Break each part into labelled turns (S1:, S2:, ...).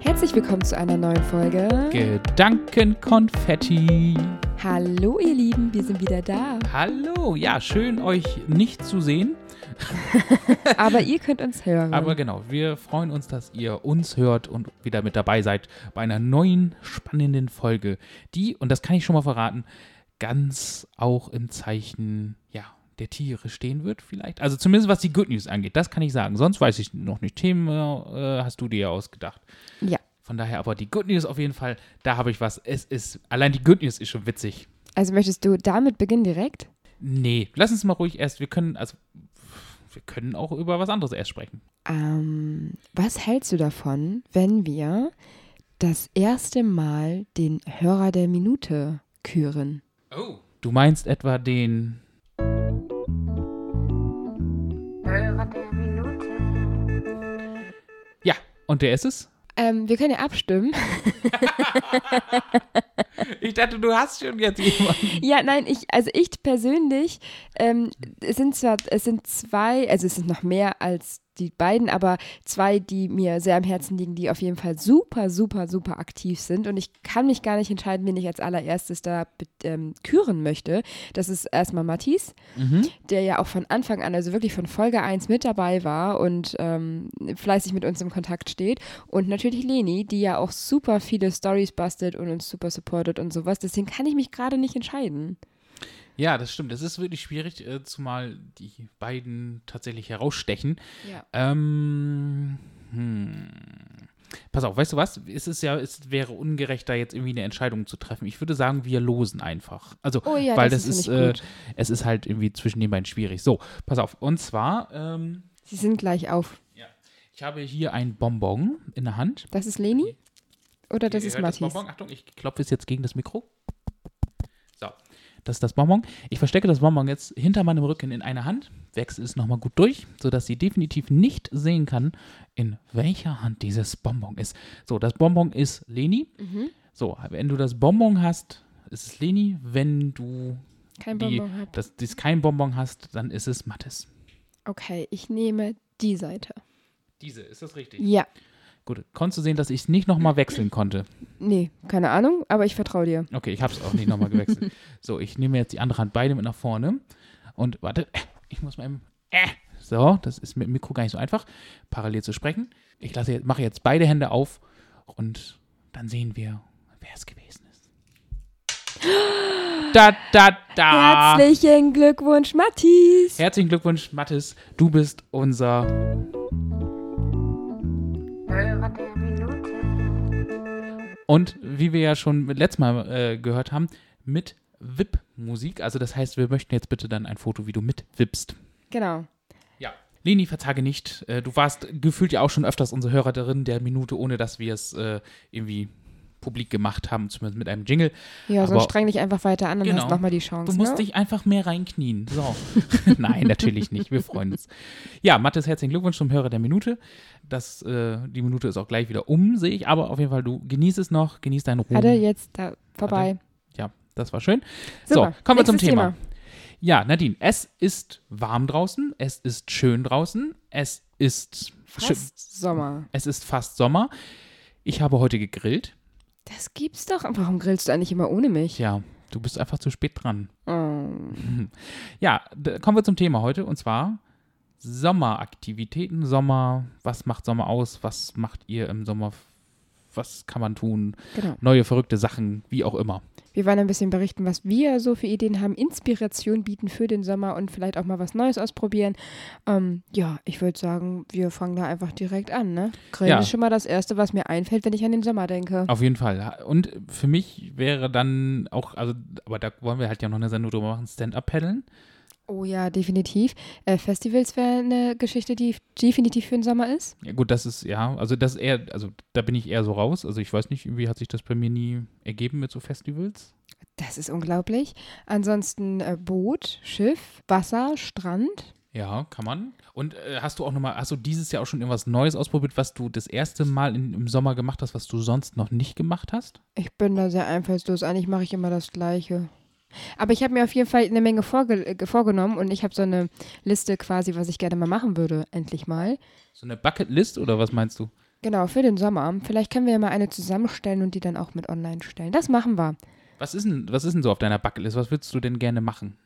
S1: Herzlich willkommen zu einer neuen Folge.
S2: Gedankenkonfetti.
S1: Hallo ihr Lieben, wir sind wieder da.
S2: Hallo, ja, schön euch nicht zu sehen,
S1: Aber ihr könnt uns hören.
S2: aber genau, wir freuen uns, dass ihr uns hört und wieder mit dabei seid bei einer neuen spannenden Folge, die, und das kann ich schon mal verraten, ganz auch im Zeichen, ja, der Tiere stehen wird vielleicht. Also zumindest was die Good News angeht, das kann ich sagen. Sonst weiß ich noch nicht. Themen äh, hast du dir ja ausgedacht.
S1: ja.
S2: Von daher aber die Good News auf jeden Fall, da habe ich was. Es ist, allein die Good News ist schon witzig.
S1: Also möchtest du damit beginnen direkt?
S2: Nee, lass uns mal ruhig erst, wir können, also, wir können auch über was anderes erst sprechen.
S1: Ähm, was hältst du davon, wenn wir das erste Mal den Hörer der Minute küren?
S2: Oh. Du meinst etwa den,
S3: Hörer der Minute.
S2: ja, und der ist es?
S1: Ähm, wir können ja abstimmen.
S2: Ich dachte, du hast schon jetzt jemanden.
S1: Ja, nein, ich, also ich persönlich, ähm, es sind zwar, es sind zwei, also es sind noch mehr als die beiden, aber zwei, die mir sehr am Herzen liegen, die auf jeden Fall super, super, super aktiv sind. Und ich kann mich gar nicht entscheiden, wen ich als allererstes da be- ähm, küren möchte. Das ist erstmal Matthias, der ja auch von Anfang an, also wirklich von Folge 1 mit dabei war und ähm, fleißig mit uns im Kontakt steht. Und natürlich Leni, die ja auch super viele Stories bastelt und uns super supportet und sowas. Deswegen kann ich mich gerade nicht entscheiden.
S2: Ja, das stimmt. Das ist wirklich schwierig, äh, zumal die beiden tatsächlich herausstechen.
S1: Ja.
S2: Ähm, hm. Pass auf, weißt du was? Es ist ja, es wäre ungerecht, da jetzt irgendwie eine Entscheidung zu treffen. Ich würde sagen, wir losen einfach. Also,
S1: Oh ja,
S2: weil
S1: das
S2: das,
S1: ist,
S2: ist,
S1: finde
S2: äh,
S1: ich gut.
S2: es ist halt irgendwie zwischen den beiden schwierig. So, pass auf. Und zwar, ähm,
S1: Sie sind gleich auf.
S2: Ja. Ich habe hier ein Bonbon in der Hand.
S1: Das ist Leni? Oder das
S2: Ihr
S1: ist
S2: hört
S1: Matthias?
S2: Bonbon. Achtung, ich klopfe es jetzt gegen das Mikro. So, das ist das Bonbon. Ich verstecke das Bonbon jetzt hinter meinem Rücken in einer Hand, wechsle es nochmal gut durch, sodass sie definitiv nicht sehen kann, in welcher Hand dieses Bonbon ist. So, das Bonbon ist Leni. So, wenn du das Bonbon hast, ist es Leni. Wenn du
S1: Kein
S2: die,
S1: Bonbon hab.
S2: das, dies kein Bonbon hast, dann ist es Mattes.
S1: Okay, ich nehme die Seite.
S2: Diese, ist das richtig?
S1: Ja.
S2: Gut, konntest du sehen, dass ich es nicht nochmal wechseln konnte?
S1: Nee, keine Ahnung, aber ich vertraue dir.
S2: Okay, ich habe es auch nicht nochmal gewechselt. so, ich nehme jetzt die andere Hand beide mit nach vorne. Und warte, ich muss mal eben. Äh, so, das ist mit dem Mikro gar nicht so einfach, parallel zu sprechen. Ich lasse jetzt, mache jetzt beide Hände auf und dann sehen wir, wer es gewesen ist. Da, da, da.
S1: Herzlichen Glückwunsch, Matthias.
S2: Herzlichen Glückwunsch, Mathis. Du bist unser.
S3: Hörer der Minute.
S2: Und wie wir ja schon letztes Mal äh, gehört haben, mit VIP-Musik. Also, das heißt, wir möchten jetzt bitte dann ein Foto, wie du mit wippst.
S1: Genau.
S2: Ja. Leni, verzage nicht. Äh, Du warst gefühlt ja auch schon öfters unsere Hörerin der Minute, ohne dass wir es äh, irgendwie publik gemacht haben, zumindest mit einem Jingle.
S1: Ja,
S2: Aber-
S1: sonst streng dich einfach weiter an, dann
S2: Genau.
S1: hast du nochmal die Chance.
S2: Du musst
S1: ne?
S2: dich einfach mehr reinknien. So. Nein, natürlich nicht. Wir freuen uns. Ja, Mathis, herzlichen Glückwunsch zum Hörer der Minute. Das, äh, die Minute ist auch gleich wieder um, sehe ich. Aber auf jeden Fall, du genießt es noch, genießt deinen Ruhm.
S1: Hatte jetzt da vorbei.
S2: Ja, das war schön.
S1: Super.
S2: So, kommen wir zum
S1: Nächstes
S2: Thema. Ja, Nadine, es ist warm draußen, es ist schön draußen, es ist schön-
S1: Fast Sommer.
S2: Es ist fast Sommer. Ich habe heute gegrillt.
S1: Das gibt's doch. Warum grillst du eigentlich immer ohne mich?
S2: Tja, du bist einfach zu spät dran.
S1: Oh.
S2: Ja, d- kommen wir zum Thema heute und zwar Sommeraktivitäten, Sommer, was macht Sommer aus, was macht ihr im Sommer, f- was kann man tun,
S1: Genau.
S2: neue verrückte Sachen, wie auch immer.
S1: Wir wollen ein bisschen berichten, was wir so für Ideen haben, Inspiration bieten für den Sommer und vielleicht auch mal was Neues ausprobieren. Ähm, ja, ich würde sagen, wir fangen da einfach direkt an. Ne? Grillen
S2: Ja.
S1: ist schon mal das Erste, was mir einfällt, wenn ich an den Sommer denke.
S2: Auf jeden Fall. Und für mich wäre dann auch, also, aber da wollen wir halt ja noch eine Sendung drüber machen, Stand-Up-Paddeln.
S1: Oh ja, definitiv. Äh, Festivals wäre eine Geschichte, die definitiv für den Sommer ist.
S2: Ja, gut, das ist, ja, also das ist eher, also da bin ich eher so raus. Also ich weiß nicht, irgendwie hat sich das bei mir nie ergeben mit so Festivals.
S1: Das ist unglaublich. Ansonsten äh, Boot, Schiff, Wasser, Strand.
S2: Ja, kann man. Und äh, hast du auch nochmal, hast du dieses Jahr auch schon irgendwas Neues ausprobiert, was du das erste Mal in, im Sommer gemacht hast, was du sonst noch nicht gemacht hast?
S1: Ich bin da sehr einfallslos. Eigentlich mache ich immer das Gleiche. Aber ich habe mir auf jeden Fall eine Menge vorge äh, vorgenommen und ich habe so eine Liste quasi, was ich gerne mal machen würde, endlich mal.
S2: So eine Bucketlist oder was meinst du?
S1: Genau, für den Sommer. Vielleicht können wir ja mal eine zusammenstellen und die dann auch mit online stellen. Das machen wir.
S2: Was ist denn, was ist denn so auf deiner Bucketlist? Was würdest du denn gerne machen?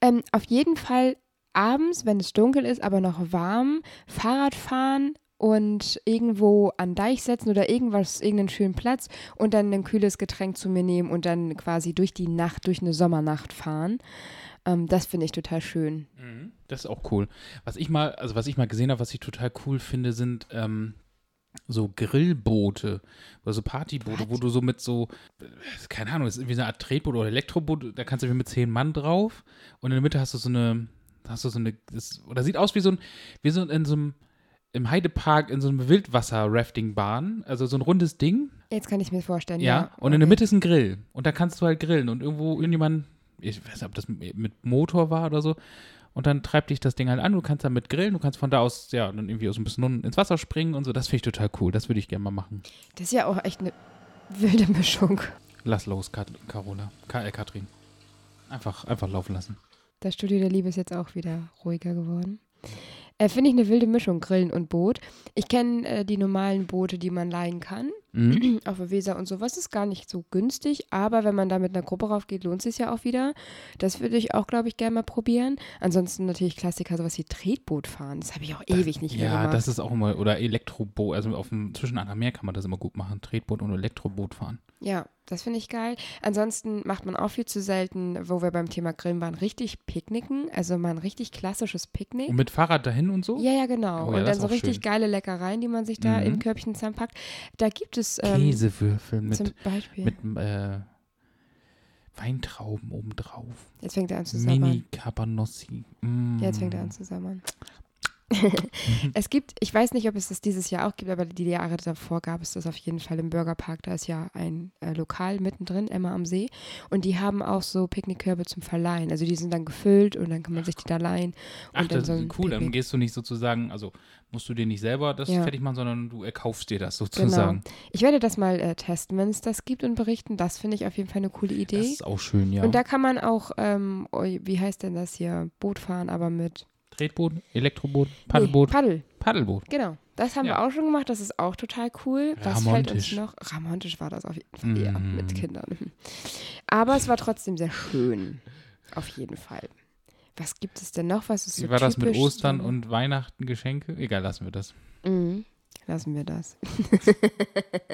S1: Ähm, auf jeden Fall abends, wenn es dunkel ist, aber noch warm, Fahrrad fahren und irgendwo an Deich setzen oder irgendwas, irgendeinen schönen Platz und dann ein kühles Getränk zu mir nehmen und dann quasi durch die Nacht, durch eine Sommernacht fahren. Ähm, das finde ich total schön.
S2: Das ist auch cool. Was ich mal, also was ich mal gesehen habe, was ich total cool finde, sind ähm, so Grillboote oder so Partyboote, wo du so mit so, äh, keine Ahnung, das ist irgendwie so eine Art Tretboot oder Elektroboot, da kannst du irgendwie mit zehn Mann drauf und in der Mitte hast du so eine, hast du so eine, das, oder sieht aus wie so ein, wie so in so einem, im Heidepark in so einem Wildwasser-Rafting-Bahn, also so ein rundes Ding,
S1: Jetzt kann ich mir vorstellen.
S2: ja,
S1: Ja,
S2: und in der
S1: okay.
S2: Mitte ist ein Grill. Und da kannst du halt grillen. Und irgendwo irgendjemand, ich weiß nicht, ob das mit Motor war oder so. Und dann treibt dich das Ding halt an. Du kannst damit grillen. Du kannst von da aus, ja, dann irgendwie aus ein bisschen unten ins Wasser springen und so. Das finde ich total cool. Das würde ich gerne mal machen.
S1: Das ist ja auch echt eine wilde Mischung.
S2: Lass los, Kat Carola. Ka äh, Katrin. Einfach, einfach laufen lassen.
S1: Das Studio der Liebe ist jetzt auch wieder ruhiger geworden. Äh, Finde ich eine wilde Mischung, Grillen und Boot. Ich kenne äh, die normalen Boote, die man leihen kann,
S2: Mhm.
S1: auf der Weser und sowas, ist gar nicht so günstig, aber wenn man da mit einer Gruppe raufgeht, lohnt es sich ja auch wieder. Das würde ich auch, glaube ich, gerne mal probieren. Ansonsten natürlich Klassiker, sowas wie Tretboot fahren, das habe ich auch ewig nicht mehr
S2: Ja,
S1: gemacht.
S2: das ist auch immer, oder Elektroboot, also auf dem, zwischen Anna Meer kann man das immer gut machen. Tretboot und Elektroboot fahren.
S1: Ja, das finde ich geil. Ansonsten macht man auch viel zu selten, wo wir beim Thema Grillen waren, richtig Picknicken, also mal ein richtig klassisches Picknick.
S2: Und mit Fahrrad dahin und so?
S1: Ja, ja, genau.
S2: Oh
S1: und
S2: ja, das
S1: dann
S2: ist
S1: so
S2: auch
S1: richtig
S2: schön.
S1: geile Leckereien, die man sich da
S2: Mhm.
S1: im Körbchen zusammenpackt. Da gibt es ähm,
S2: Käsewürfel mit,
S1: zum Beispiel.
S2: mit äh, Weintrauben obendrauf.
S1: Jetzt fängt er an zu sabbern.
S2: Mini Cabanossi. Mm.
S1: Jetzt fängt er an zu sabbern.
S2: Mhm.
S1: es gibt, ich weiß nicht, ob es das dieses Jahr auch gibt, aber die Jahre davor gab es das auf jeden Fall im Burgerpark. Da ist ja ein äh, Lokal mittendrin, Emma am See. Und die haben auch so Picknickkörbe zum Verleihen. Also die sind dann gefüllt und dann kann man sich die da leihen. Und
S2: Ach,
S1: dann
S2: das
S1: so ein
S2: ist cool. Dann
S1: Picknick.
S2: gehst du nicht sozusagen, also musst du dir nicht selber das
S1: Ja. Genau.
S2: fertig machen, sondern du erkaufst dir das sozusagen.
S1: Ich werde das mal äh, testen, wenn es das gibt und berichten. Das finde ich auf jeden Fall eine coole Idee.
S2: Das ist auch schön, ja.
S1: Und da kann man auch, ähm, oi, wie heißt denn das hier? Boot fahren, aber mit
S2: Tretboot, Elektroboot, Paddelboot,
S1: Nee, Paddel,
S2: Paddelboot.
S1: genau. Das haben
S2: Ja.
S1: wir auch schon gemacht, das ist auch total cool. Was fällt uns
S2: Ramontisch.
S1: noch? Ramontisch war das auf jeden Fall. Ja,
S2: Mm.
S1: mit Kindern. Aber es war trotzdem sehr schön. Auf jeden Fall. Was gibt es denn noch? Was ist so
S2: Wie war das mit
S1: typisch?
S2: Ostern und Weihnachten, Geschenke? Egal, lassen wir das.
S1: Mhm. Lassen wir das.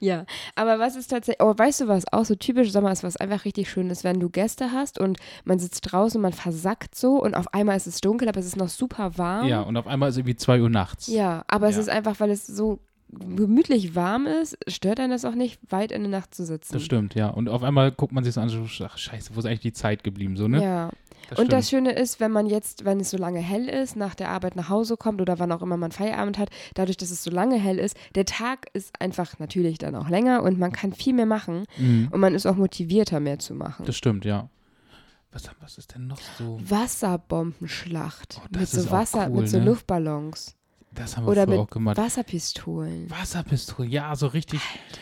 S1: ja, aber was ist tatsächlich, oh, weißt du was, auch so typisch Sommer ist, was einfach richtig schön ist, wenn du Gäste hast und man sitzt draußen, man versackt so und auf einmal ist es dunkel, aber es ist noch super warm.
S2: Ja, und auf einmal ist irgendwie 2 Uhr nachts.
S1: Ah. Ja, aber es
S2: Ja.
S1: ist einfach, weil es so gemütlich warm ist, stört einen das auch nicht, weit in der Nacht zu sitzen.
S2: Das stimmt, ja. Und auf einmal guckt man sich so an und sagt, ach, scheiße, wo ist eigentlich die Zeit geblieben, so, ne?
S1: Ja,
S2: Das
S1: und das
S2: stimmt.
S1: Schöne ist, wenn man jetzt, wenn es so lange hell ist, nach der Arbeit nach Hause kommt oder wann auch immer man Feierabend hat, dadurch, dass es so lange hell ist, der Tag ist einfach natürlich dann auch länger und man kann viel mehr machen
S2: Mhm.
S1: und man ist auch motivierter, mehr zu machen.
S2: Das stimmt, ja. Was, was ist denn noch so?
S1: Wasserbombenschlacht
S2: Oh, das
S1: mit
S2: ist
S1: so
S2: auch
S1: Wasser,
S2: cool,
S1: mit so
S2: ne?
S1: Luftballons
S2: Das haben wir
S1: oder
S2: früher
S1: mit
S2: auch gemacht.
S1: Wasserpistolen.
S2: Wasserpistole, ja, so richtig.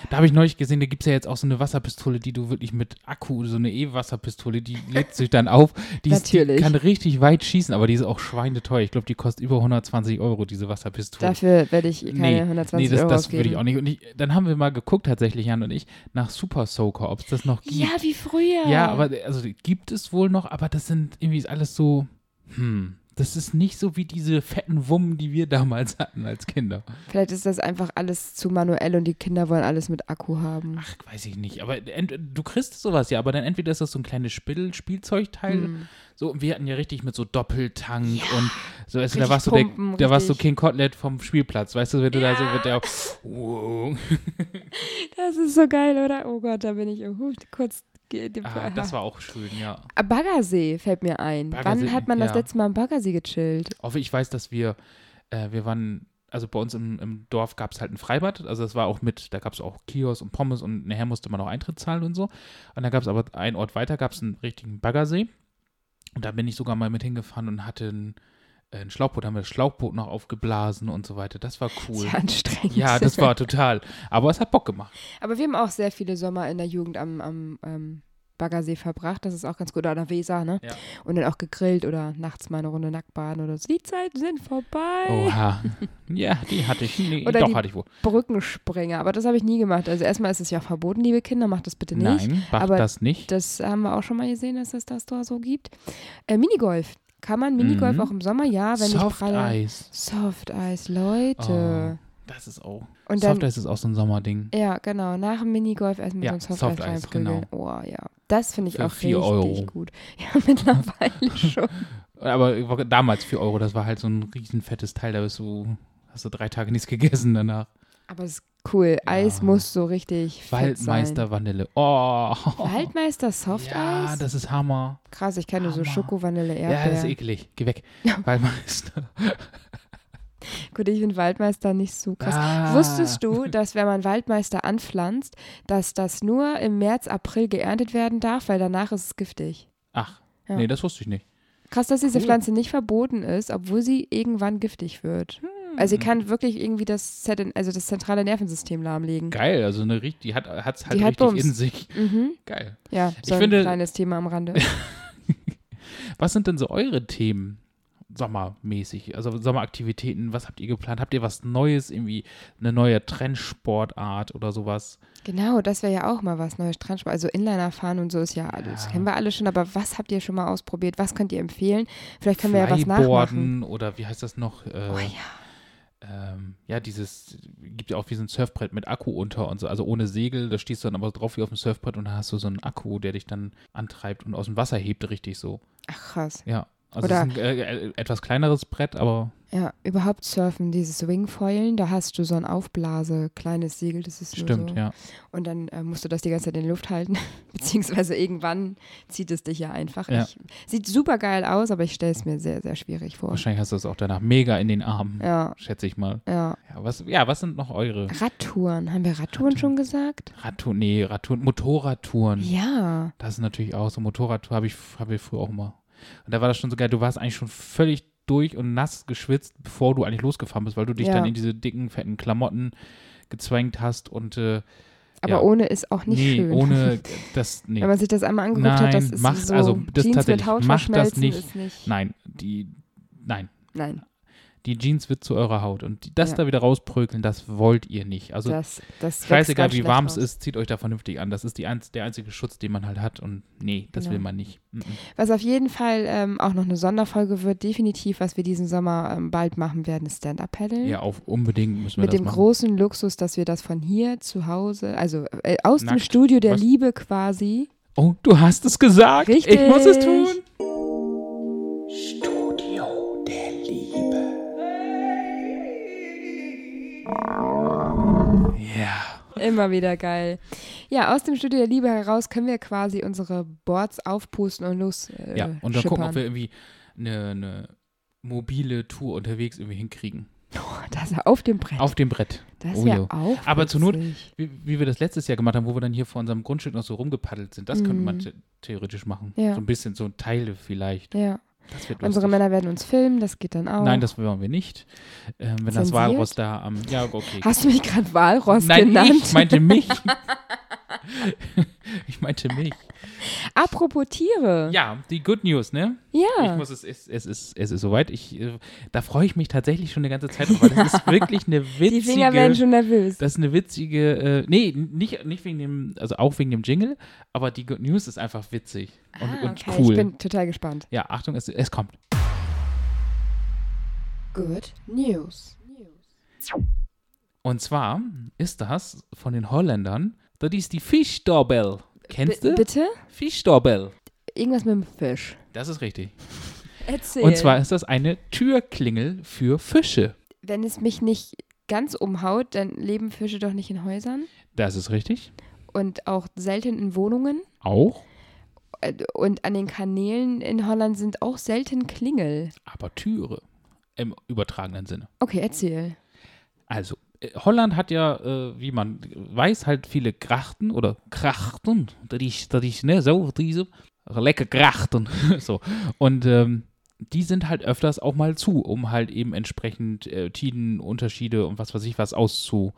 S2: Da habe ich neulich gesehen, da gibt es ja jetzt auch so eine Wasserpistole, die du wirklich mit Akku, so eine E-Wasserpistole, die lädt sich dann auf. Die, ist, die
S1: Natürlich.
S2: kann richtig weit schießen, aber die ist auch schweineteuer. Ich glaube, die kostet über 120 Euro, diese Wasserpistole.
S1: Dafür werde ich keine
S2: Nee,
S1: 120
S2: nee, das,
S1: Euro
S2: das
S1: ausgeben.
S2: würde ich auch nicht. Und ich, dann haben wir mal geguckt, tatsächlich, Jan und ich, nach Super Soaker, ob es das noch gibt.
S1: Ja, wie früher.
S2: Ja, aber also gibt es wohl noch, aber das sind irgendwie ist alles so, hm, das ist nicht so wie diese fetten Wummen, die wir damals hatten als Kinder.
S1: Vielleicht ist das einfach alles zu manuell und die Kinder wollen alles mit Akku haben.
S2: Ach, weiß ich nicht. Aber ent, du kriegst sowas ja, aber dann entweder ist das so ein kleines Spiel, Spielzeugteil.
S1: Mhm.
S2: So, und wir hatten ja richtig mit so Doppeltank und so, also da
S1: richtig
S2: warst du der,
S1: pumpen,
S2: da warst du
S1: richtig.
S2: King Kotlet vom Spielplatz, weißt du, wenn du da so mit der wow.
S1: Das ist so geil, oder? Oh Gott, da bin ich im Hut kurz. ge- dem-
S2: ah, Das war auch schön, ja.
S1: Ah, Baggersee fällt mir ein.
S2: Baggersee,
S1: Wann hat man das
S2: ja.
S1: letzte Mal am Baggersee gechillt?
S2: Auch ich weiß, dass wir, äh, wir waren, also bei uns im, im Dorf gab es halt ein Freibad, also das war auch mit, da gab es auch Kiosk und Pommes und nachher musste man auch Eintritt zahlen und so. Und da gab es aber einen Ort weiter, gab es einen richtigen Baggersee. Und da bin ich sogar mal mit hingefahren und hatte ein, äh, ein Schlauchboot, haben wir das Schlauchboot noch aufgeblasen und so weiter. Das war cool.
S1: Sehr anstrengend.
S2: Ja, das war total. Aber es hat Bock gemacht.
S1: Aber wir haben auch sehr viele Sommer in der Jugend am, am ähm, Baggersee verbracht. Das ist auch ganz gut. Oder an der Weser, ne?
S2: Ja.
S1: Und dann auch gegrillt oder nachts mal eine Runde nackt baden oder so. Die Zeiten sind vorbei.
S2: Oha. Ja, die hatte ich. Nee,
S1: Oder
S2: doch,
S1: die-
S2: hatte ich wohl.
S1: Brückenspringer. Aber das habe ich nie gemacht. Also erstmal ist es ja verboten, liebe Kinder. Macht das bitte nicht.
S2: Nein, macht
S1: aber
S2: das nicht.
S1: Das haben wir auch schon mal gesehen, dass es das da so gibt. Äh, Minigolf. Kann man Minigolf
S2: Mhm.
S1: auch im Sommer? Ja, wenn ich
S2: Soft
S1: pralle.
S2: Eis.
S1: Soft Eis, Leute.
S2: Das ist auch.
S1: Und dann,
S2: Oh. Soft Eis ist auch so ein Sommerding.
S1: ja, genau, nach dem Minigolf erstmal
S2: Ja,
S1: so ein Soft
S2: Soft-Eis,
S1: Eis reinprügeln. Oh, ja. Das finde ich
S2: Für
S1: auch
S2: vier
S1: richtig
S2: Euro.
S1: gut. Ja, mittlerweile schon.
S2: Aber ich war- damals 4 Euro, das war halt so ein riesen fettes Teil. Da bist du, hast du drei Tage nichts gegessen danach.
S1: Aber es ist cool. Eis muss so richtig fett sein.
S2: Waldmeister Vanille. Oh.
S1: Waldmeister Soft
S2: Ja,
S1: Eis?
S2: das ist Hammer.
S1: Krass, ich kenne so
S2: Hammer.
S1: Schoko-Vanille,
S2: Ja, das ist eh
S1: Erdbeeren.
S2: eklig. Geh weg. Waldmeister.
S1: gut, ich finde Waldmeister nicht so krass.
S2: Ah.
S1: Wusstest du, dass wenn man Waldmeister anpflanzt, dass das nur im März, April geerntet werden darf, weil danach ist es giftig?
S2: Ach,
S1: Ja.
S2: nee, das wusste ich nicht.
S1: Krass, dass diese
S2: Cool.
S1: Pflanze nicht verboten ist, obwohl sie irgendwann giftig
S2: Hm.
S1: wird. Also sie kann wirklich irgendwie das, Zent- also das zentrale Nervensystem lahmlegen.
S2: Geil, also eine richtig, die hat hat's halt
S1: Die hat
S2: richtig
S1: Bums.
S2: in sich.
S1: Mhm.
S2: Geil.
S1: Ja, so ein
S2: finde-
S1: kleines Thema am Rande.
S2: Was sind denn so eure Themen sommermäßig, also Sommeraktivitäten? Was habt ihr geplant? Habt ihr was Neues, irgendwie eine neue Trendsportart oder sowas?
S1: genau, das wäre ja auch mal was Neues. Transport, also Inliner fahren und so ist ja alles.
S2: Ja.
S1: Kennen wir alle schon, aber was habt ihr schon mal ausprobiert? Was könnt ihr empfehlen? Vielleicht können wir ja was nachmachen.
S2: Flyboarden oder wie heißt das noch? Äh,
S1: Oh ja.
S2: ähm, ja, dieses gibt ja auch wie so ein Surfbrett mit Akku unter und so, also ohne Segel, da stehst du dann aber drauf wie auf dem Surfbrett und dann hast du so einen Akku, der dich dann antreibt und aus dem Wasser hebt richtig so.
S1: Ach krass.
S2: Ja. Also
S1: Oder-
S2: es ist ein äh, äh, etwas kleineres Brett, aber
S1: Ja, überhaupt surfen, dieses Wingfoilen, da hast du so ein Aufblase, kleines Segel, das ist nur
S2: stimmt,
S1: so.
S2: ja.
S1: Und dann äh, musst du das die ganze Zeit in der Luft halten. Beziehungsweise irgendwann zieht es dich ja einfach.
S2: Ja.
S1: Ich, sieht super geil aus, aber ich stelle es mir sehr, sehr schwierig vor.
S2: Wahrscheinlich hast du es auch danach mega in den Armen,
S1: Ja,
S2: schätze ich mal.
S1: ja.
S2: Ja, was, ja, was sind noch eure
S1: Radtouren. Haben wir Radtouren schon gesagt?
S2: Radtouren? Nee, Radtouren, Motorradtouren.
S1: Ja.
S2: Das ist natürlich auch so. Motorradtour habe ich, hab ich früher auch immer. Und da war das schon so geil, du warst eigentlich schon völlig durch und nass geschwitzt, bevor du eigentlich losgefahren bist, weil du dich
S1: Ja.
S2: dann in diese dicken, fetten Klamotten gezwängt hast und äh,
S1: Aber
S2: Ja.
S1: ohne ist auch nicht
S2: nee,
S1: schön.
S2: ohne das, nee.
S1: Wenn man sich das einmal angeguckt hat, das
S2: Nein,
S1: ist
S2: macht-
S1: so
S2: also das
S1: Jeans mit
S2: tatsächlich,
S1: Haut
S2: macht das
S1: verschmelzen
S2: nicht.
S1: ist nicht.
S2: Nein, die, nein.
S1: Nein,
S2: Die Jeans wird zu eurer Haut. Und die- das
S1: Ja.
S2: da wieder rausprökeln, das wollt ihr nicht. Also
S1: das, das
S2: scheißegal, wie warm es
S1: ist.
S2: ist, zieht euch da vernünftig an. Das ist die einz der einzige Schutz, den man halt hat. Und nee, das
S1: Genau.
S2: will man nicht. Mm -mm.
S1: Was auf jeden Fall ähm, auch noch eine Sonderfolge wird, definitiv, was wir diesen Sommer ähm, bald machen werden, ist Stand-Up-Paddle.
S2: Ja, auf unbedingt müssen wir
S1: Mhm. Mit
S2: das
S1: dem
S2: machen.
S1: großen Luxus, dass wir das von hier zu Hause, also äh, aus dem
S2: Nackt.
S1: Studio der
S2: Was?
S1: Liebe quasi.
S2: oh, du hast es gesagt. Ich muss es
S1: Richtig.
S2: tun. Studio der Liebe. Ja.
S1: Immer wieder geil. Ja, aus dem Studio der Liebe heraus können wir quasi unsere Boards aufpusten und los. Äh,
S2: Ja, und dann
S1: schippern.
S2: gucken, ob wir irgendwie eine, eine mobile Tour unterwegs irgendwie hinkriegen.
S1: Oh, das ist auf dem Brett.
S2: Auf dem Brett.
S1: das
S2: Oh,
S1: wäre
S2: jo.
S1: auch.
S2: Aber zur Not-
S1: witzig.
S2: wie, wie wir das letztes Jahr gemacht haben, wo wir dann hier vor unserem Grundstück noch so rumgepaddelt sind, das könnte man
S1: Mhm.
S2: the theoretisch machen.
S1: Ja.
S2: So ein bisschen, so Teile vielleicht.
S1: Ja.
S2: Das wird
S1: Unsere
S2: lustig.
S1: Männer werden uns filmen, das geht dann auch.
S2: Nein, das wollen wir nicht. Ähm, wenn das
S1: Zensiert?
S2: Walross da am. Ja, okay.
S1: Hast du mich gerade Walross
S2: Nein,
S1: genannt?
S2: ich meinte mich. ich meinte mich.
S1: Apropos Tiere.
S2: Ja, die Good News, ne? Ich
S1: ja.
S2: muss es, es, es, ist, es ist soweit. Ich, äh, da freue ich mich tatsächlich schon eine ganze Zeit drauf, weil das ist wirklich eine witzige.
S1: Die Finger werden schon nervös.
S2: Das ist eine witzige, äh, nee, nicht, nicht wegen dem, also auch wegen dem Jingle, aber die Good News ist einfach witzig und,
S1: Ah,
S2: und
S1: okay.
S2: cool.
S1: Ich bin total gespannt.
S2: ja, Achtung, es, es kommt.
S1: Good News.
S2: Und zwar ist das von den Holländern, das ist die Fischdorbel. Kennst du?
S1: Bitte?
S2: Fischdorbel.
S1: Irgendwas mit dem Fisch.
S2: Das ist richtig.
S1: Erzähl.
S2: Und zwar ist das eine Türklingel für Fische.
S1: Wenn es mich nicht ganz umhaut, dann leben Fische doch nicht in Häusern
S2: Das ist richtig.
S1: und auch selten in Wohnungen.
S2: Auch,
S1: Äh, Und an den Kanälen in Holland sind auch selten Klingel.
S2: aber Türe im übertragenen Sinne.
S1: Okay, erzähl.
S2: Also, äh, Holland hat ja, äh, wie man weiß, halt viele Grachten oder Krachten. Das ist, das ist ne, so diese lecker Grachten. so. Und ähm, die sind halt öfters auch mal zu, um halt eben entsprechend äh, Tidenunterschiede und was weiß ich was auszu,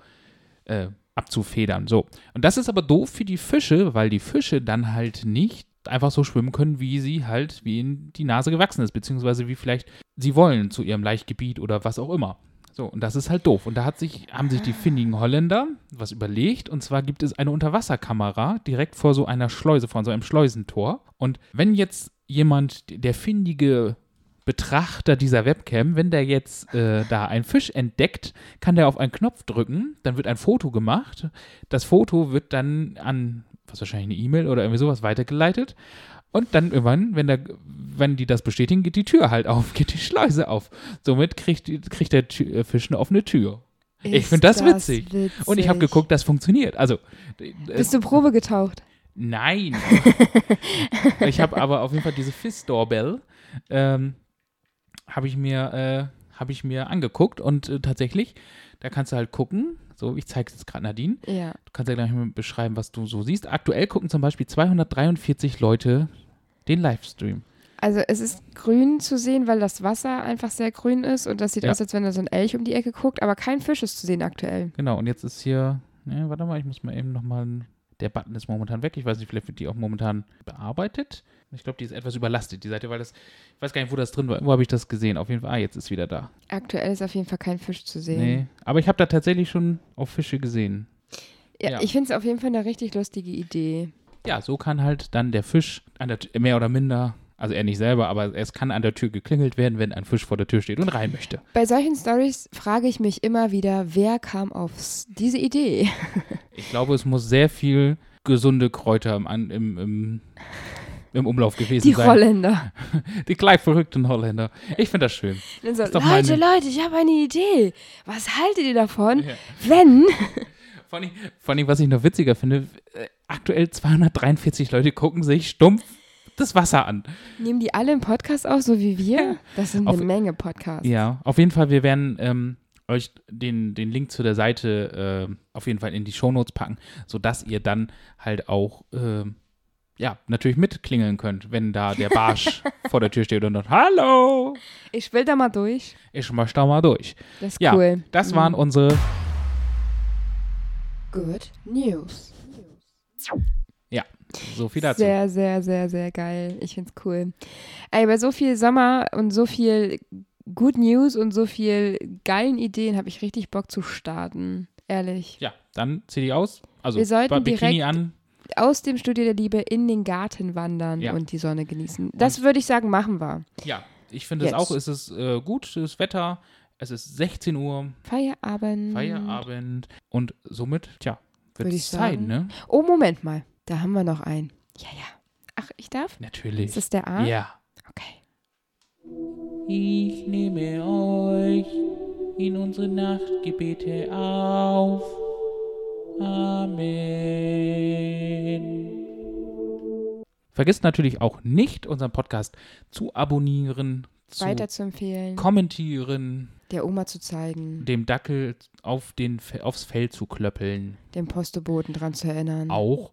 S2: äh, abzufedern. So. Und das ist aber doof für die Fische, weil die Fische dann halt nicht einfach so schwimmen können, wie sie halt, wie ihnen die Nase gewachsen ist, beziehungsweise wie vielleicht sie wollen zu ihrem Laichgebiet oder was auch immer. So, und das ist halt doof. Und da hat sich, haben sich die findigen Holländer was überlegt. Und zwar gibt es eine Unterwasserkamera direkt vor so einer Schleuse, vor so einem Schleusentor. Und wenn jetzt jemand, der findige Betrachter dieser Webcam, wenn der jetzt äh, da einen Fisch entdeckt, kann der auf einen Knopf drücken, dann wird ein Foto gemacht. Das Foto wird dann an, was wahrscheinlich eine E-Mail oder irgendwie sowas weitergeleitet. Und dann irgendwann, wenn, der, wenn die das bestätigen, geht die Tür halt auf, geht die Schleuse auf. Somit kriegt, die- kriegt der Tü- äh, Fisch eine offene Tür. ich
S1: Ist
S2: finde das, witzig.
S1: witzig.
S2: Und ich habe geguckt, das funktioniert. Also, äh,
S1: Bist du Probe getaucht?
S2: Nein. ich habe aber auf jeden Fall diese Fizz Doorbell ähm, habe ich mir äh, habe ich mir angeguckt und äh, tatsächlich, da kannst du halt gucken. So, ich zeige es jetzt gerade Nadine.
S1: Ja.
S2: Du kannst ja gleich mal beschreiben, was du so siehst. Aktuell gucken zum Beispiel 243 Leute den Livestream.
S1: Also es ist grün zu sehen, weil das Wasser einfach sehr grün ist und das sieht
S2: Ja.
S1: aus, als wenn da so ein Elch um die Ecke guckt, aber kein Fisch ist zu sehen aktuell.
S2: Genau. Und jetzt ist hier. Ne, warte mal, ich muss mal eben noch mal. Der Button ist momentan weg. Ich weiß nicht, vielleicht wird die auch momentan bearbeitet. Ich glaube, die ist etwas überlastet, die Seite, weil das. Ich weiß gar nicht, wo das drin war. Wo habe ich das gesehen? Auf jeden Fall. Ah, jetzt ist wieder da.
S1: Aktuell ist auf jeden Fall kein Fisch zu sehen.
S2: Nee, aber ich habe da tatsächlich schon auch Fische gesehen.
S1: Ja,
S2: Ja.
S1: Ich finde es auf jeden Fall eine richtig lustige Idee.
S2: Ja, so kann halt dann der Fisch an der Tür, mehr oder minder, also er nicht selber, aber es kann an der Tür geklingelt werden, wenn ein Fisch vor der Tür steht und rein möchte.
S1: Bei solchen Stories frage ich mich immer wieder, wer kam auf s- diese Idee?
S2: Ich glaube, es muss sehr viel gesunde Kräuter im, An- im, im, im Umlauf gewesen
S1: Die
S2: sein.
S1: Holländer.
S2: Die gleich verrückten Holländer. Ich finde das schön.
S1: Dann so,
S2: Ist doch
S1: Leute, Leute, ich habe eine Idee. Was haltet ihr davon, wenn?
S2: Vor allem, vor allem, was ich noch witziger finde, äh, aktuell 243 Leute gucken sich stumpf das Wasser an.
S1: Nehmen die alle einen Podcast auf, so wie wir? Das sind eine
S2: Auf-
S1: Menge Podcasts.
S2: Ja, auf jeden Fall, wir werden ähm, euch den, den Link zu der Seite ähm, auf jeden Fall in die Shownotes packen, sodass ihr dann halt auch, ähm, ja, natürlich mitklingeln könnt, wenn da der Barsch vor der Tür steht und sagt, hallo,
S1: Ich will da mal durch.
S2: ich möchte da mal durch.
S1: Das ist
S2: Ja,
S1: cool.
S2: das waren unsere,
S1: Good News.
S2: so viel dazu.
S1: Sehr, sehr, sehr, sehr geil. Ich find's cool. Ey, bei so viel Sommer und so viel Good News und so viel geilen Ideen habe ich richtig Bock zu starten. Ehrlich.
S2: Ja, dann zieh die aus, also
S1: Wir sollten
S2: Bikini
S1: direkt-
S2: an,
S1: Aus dem Studio der Liebe in den Garten wandern
S2: Ja.
S1: und die Sonne genießen. Das würde ich sagen, machen wir.
S2: ja, ich finde es
S1: Jetzt.
S2: auch, es ist äh, gut, das Wetter, es ist 16 Uhr,
S1: Feierabend.
S2: Feierabend und somit, tja, wird
S1: Mhm. Würde
S2: es
S1: ich
S2: Zeit,
S1: sagen.
S2: ne?
S1: Oh, Moment mal. Da haben wir noch einen. Ja, ja. Ach, ich darf?
S2: Natürlich.
S1: Ist das der A?
S2: Ja.
S1: Okay.
S2: Ich nehme euch in unsere Nachtgebete auf. Amen. Vergesst natürlich auch nicht, unseren Podcast zu abonnieren, zu
S1: Weiter zu empfehlen,
S2: kommentieren,
S1: der Oma zu zeigen,
S2: dem Dackel auf den, Fe- aufs Fell zu klöppeln
S1: dem Postboten dran zu erinnern.
S2: auch.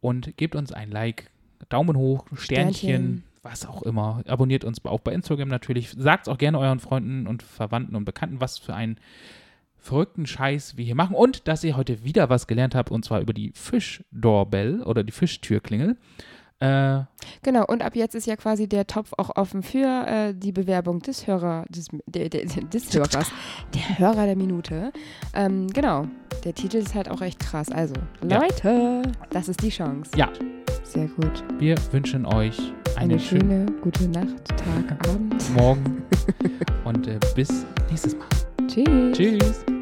S2: Und gebt uns ein Like, Daumen hoch, Sternchen,
S1: Sternchen.
S2: was auch immer. Abonniert uns auch bei Instagram natürlich. Sagt auch gerne euren Freunden und Verwandten und Bekannten, was für einen verrückten Scheiß wir hier machen. Und dass ihr heute wieder was gelernt habt, und zwar über die Fischdoorbell oder die Fischtürklingel. Äh,
S1: Genau, und ab jetzt ist ja quasi der Topf auch offen für äh, die Bewerbung des Hörer, des, der, der, des Hörers, der Hörer der Minute. Ähm, genau, der Titel ist halt auch echt krass. Also,
S2: Ja.
S1: Leute, das ist die Chance.
S2: Ja.
S1: Sehr gut.
S2: wir wünschen euch einen
S1: Eine
S2: schönen
S1: schöne, gute Nacht, Tag, Abend.
S2: Morgen und äh, bis nächstes Mal.
S1: Tschüss.
S2: Tschüss.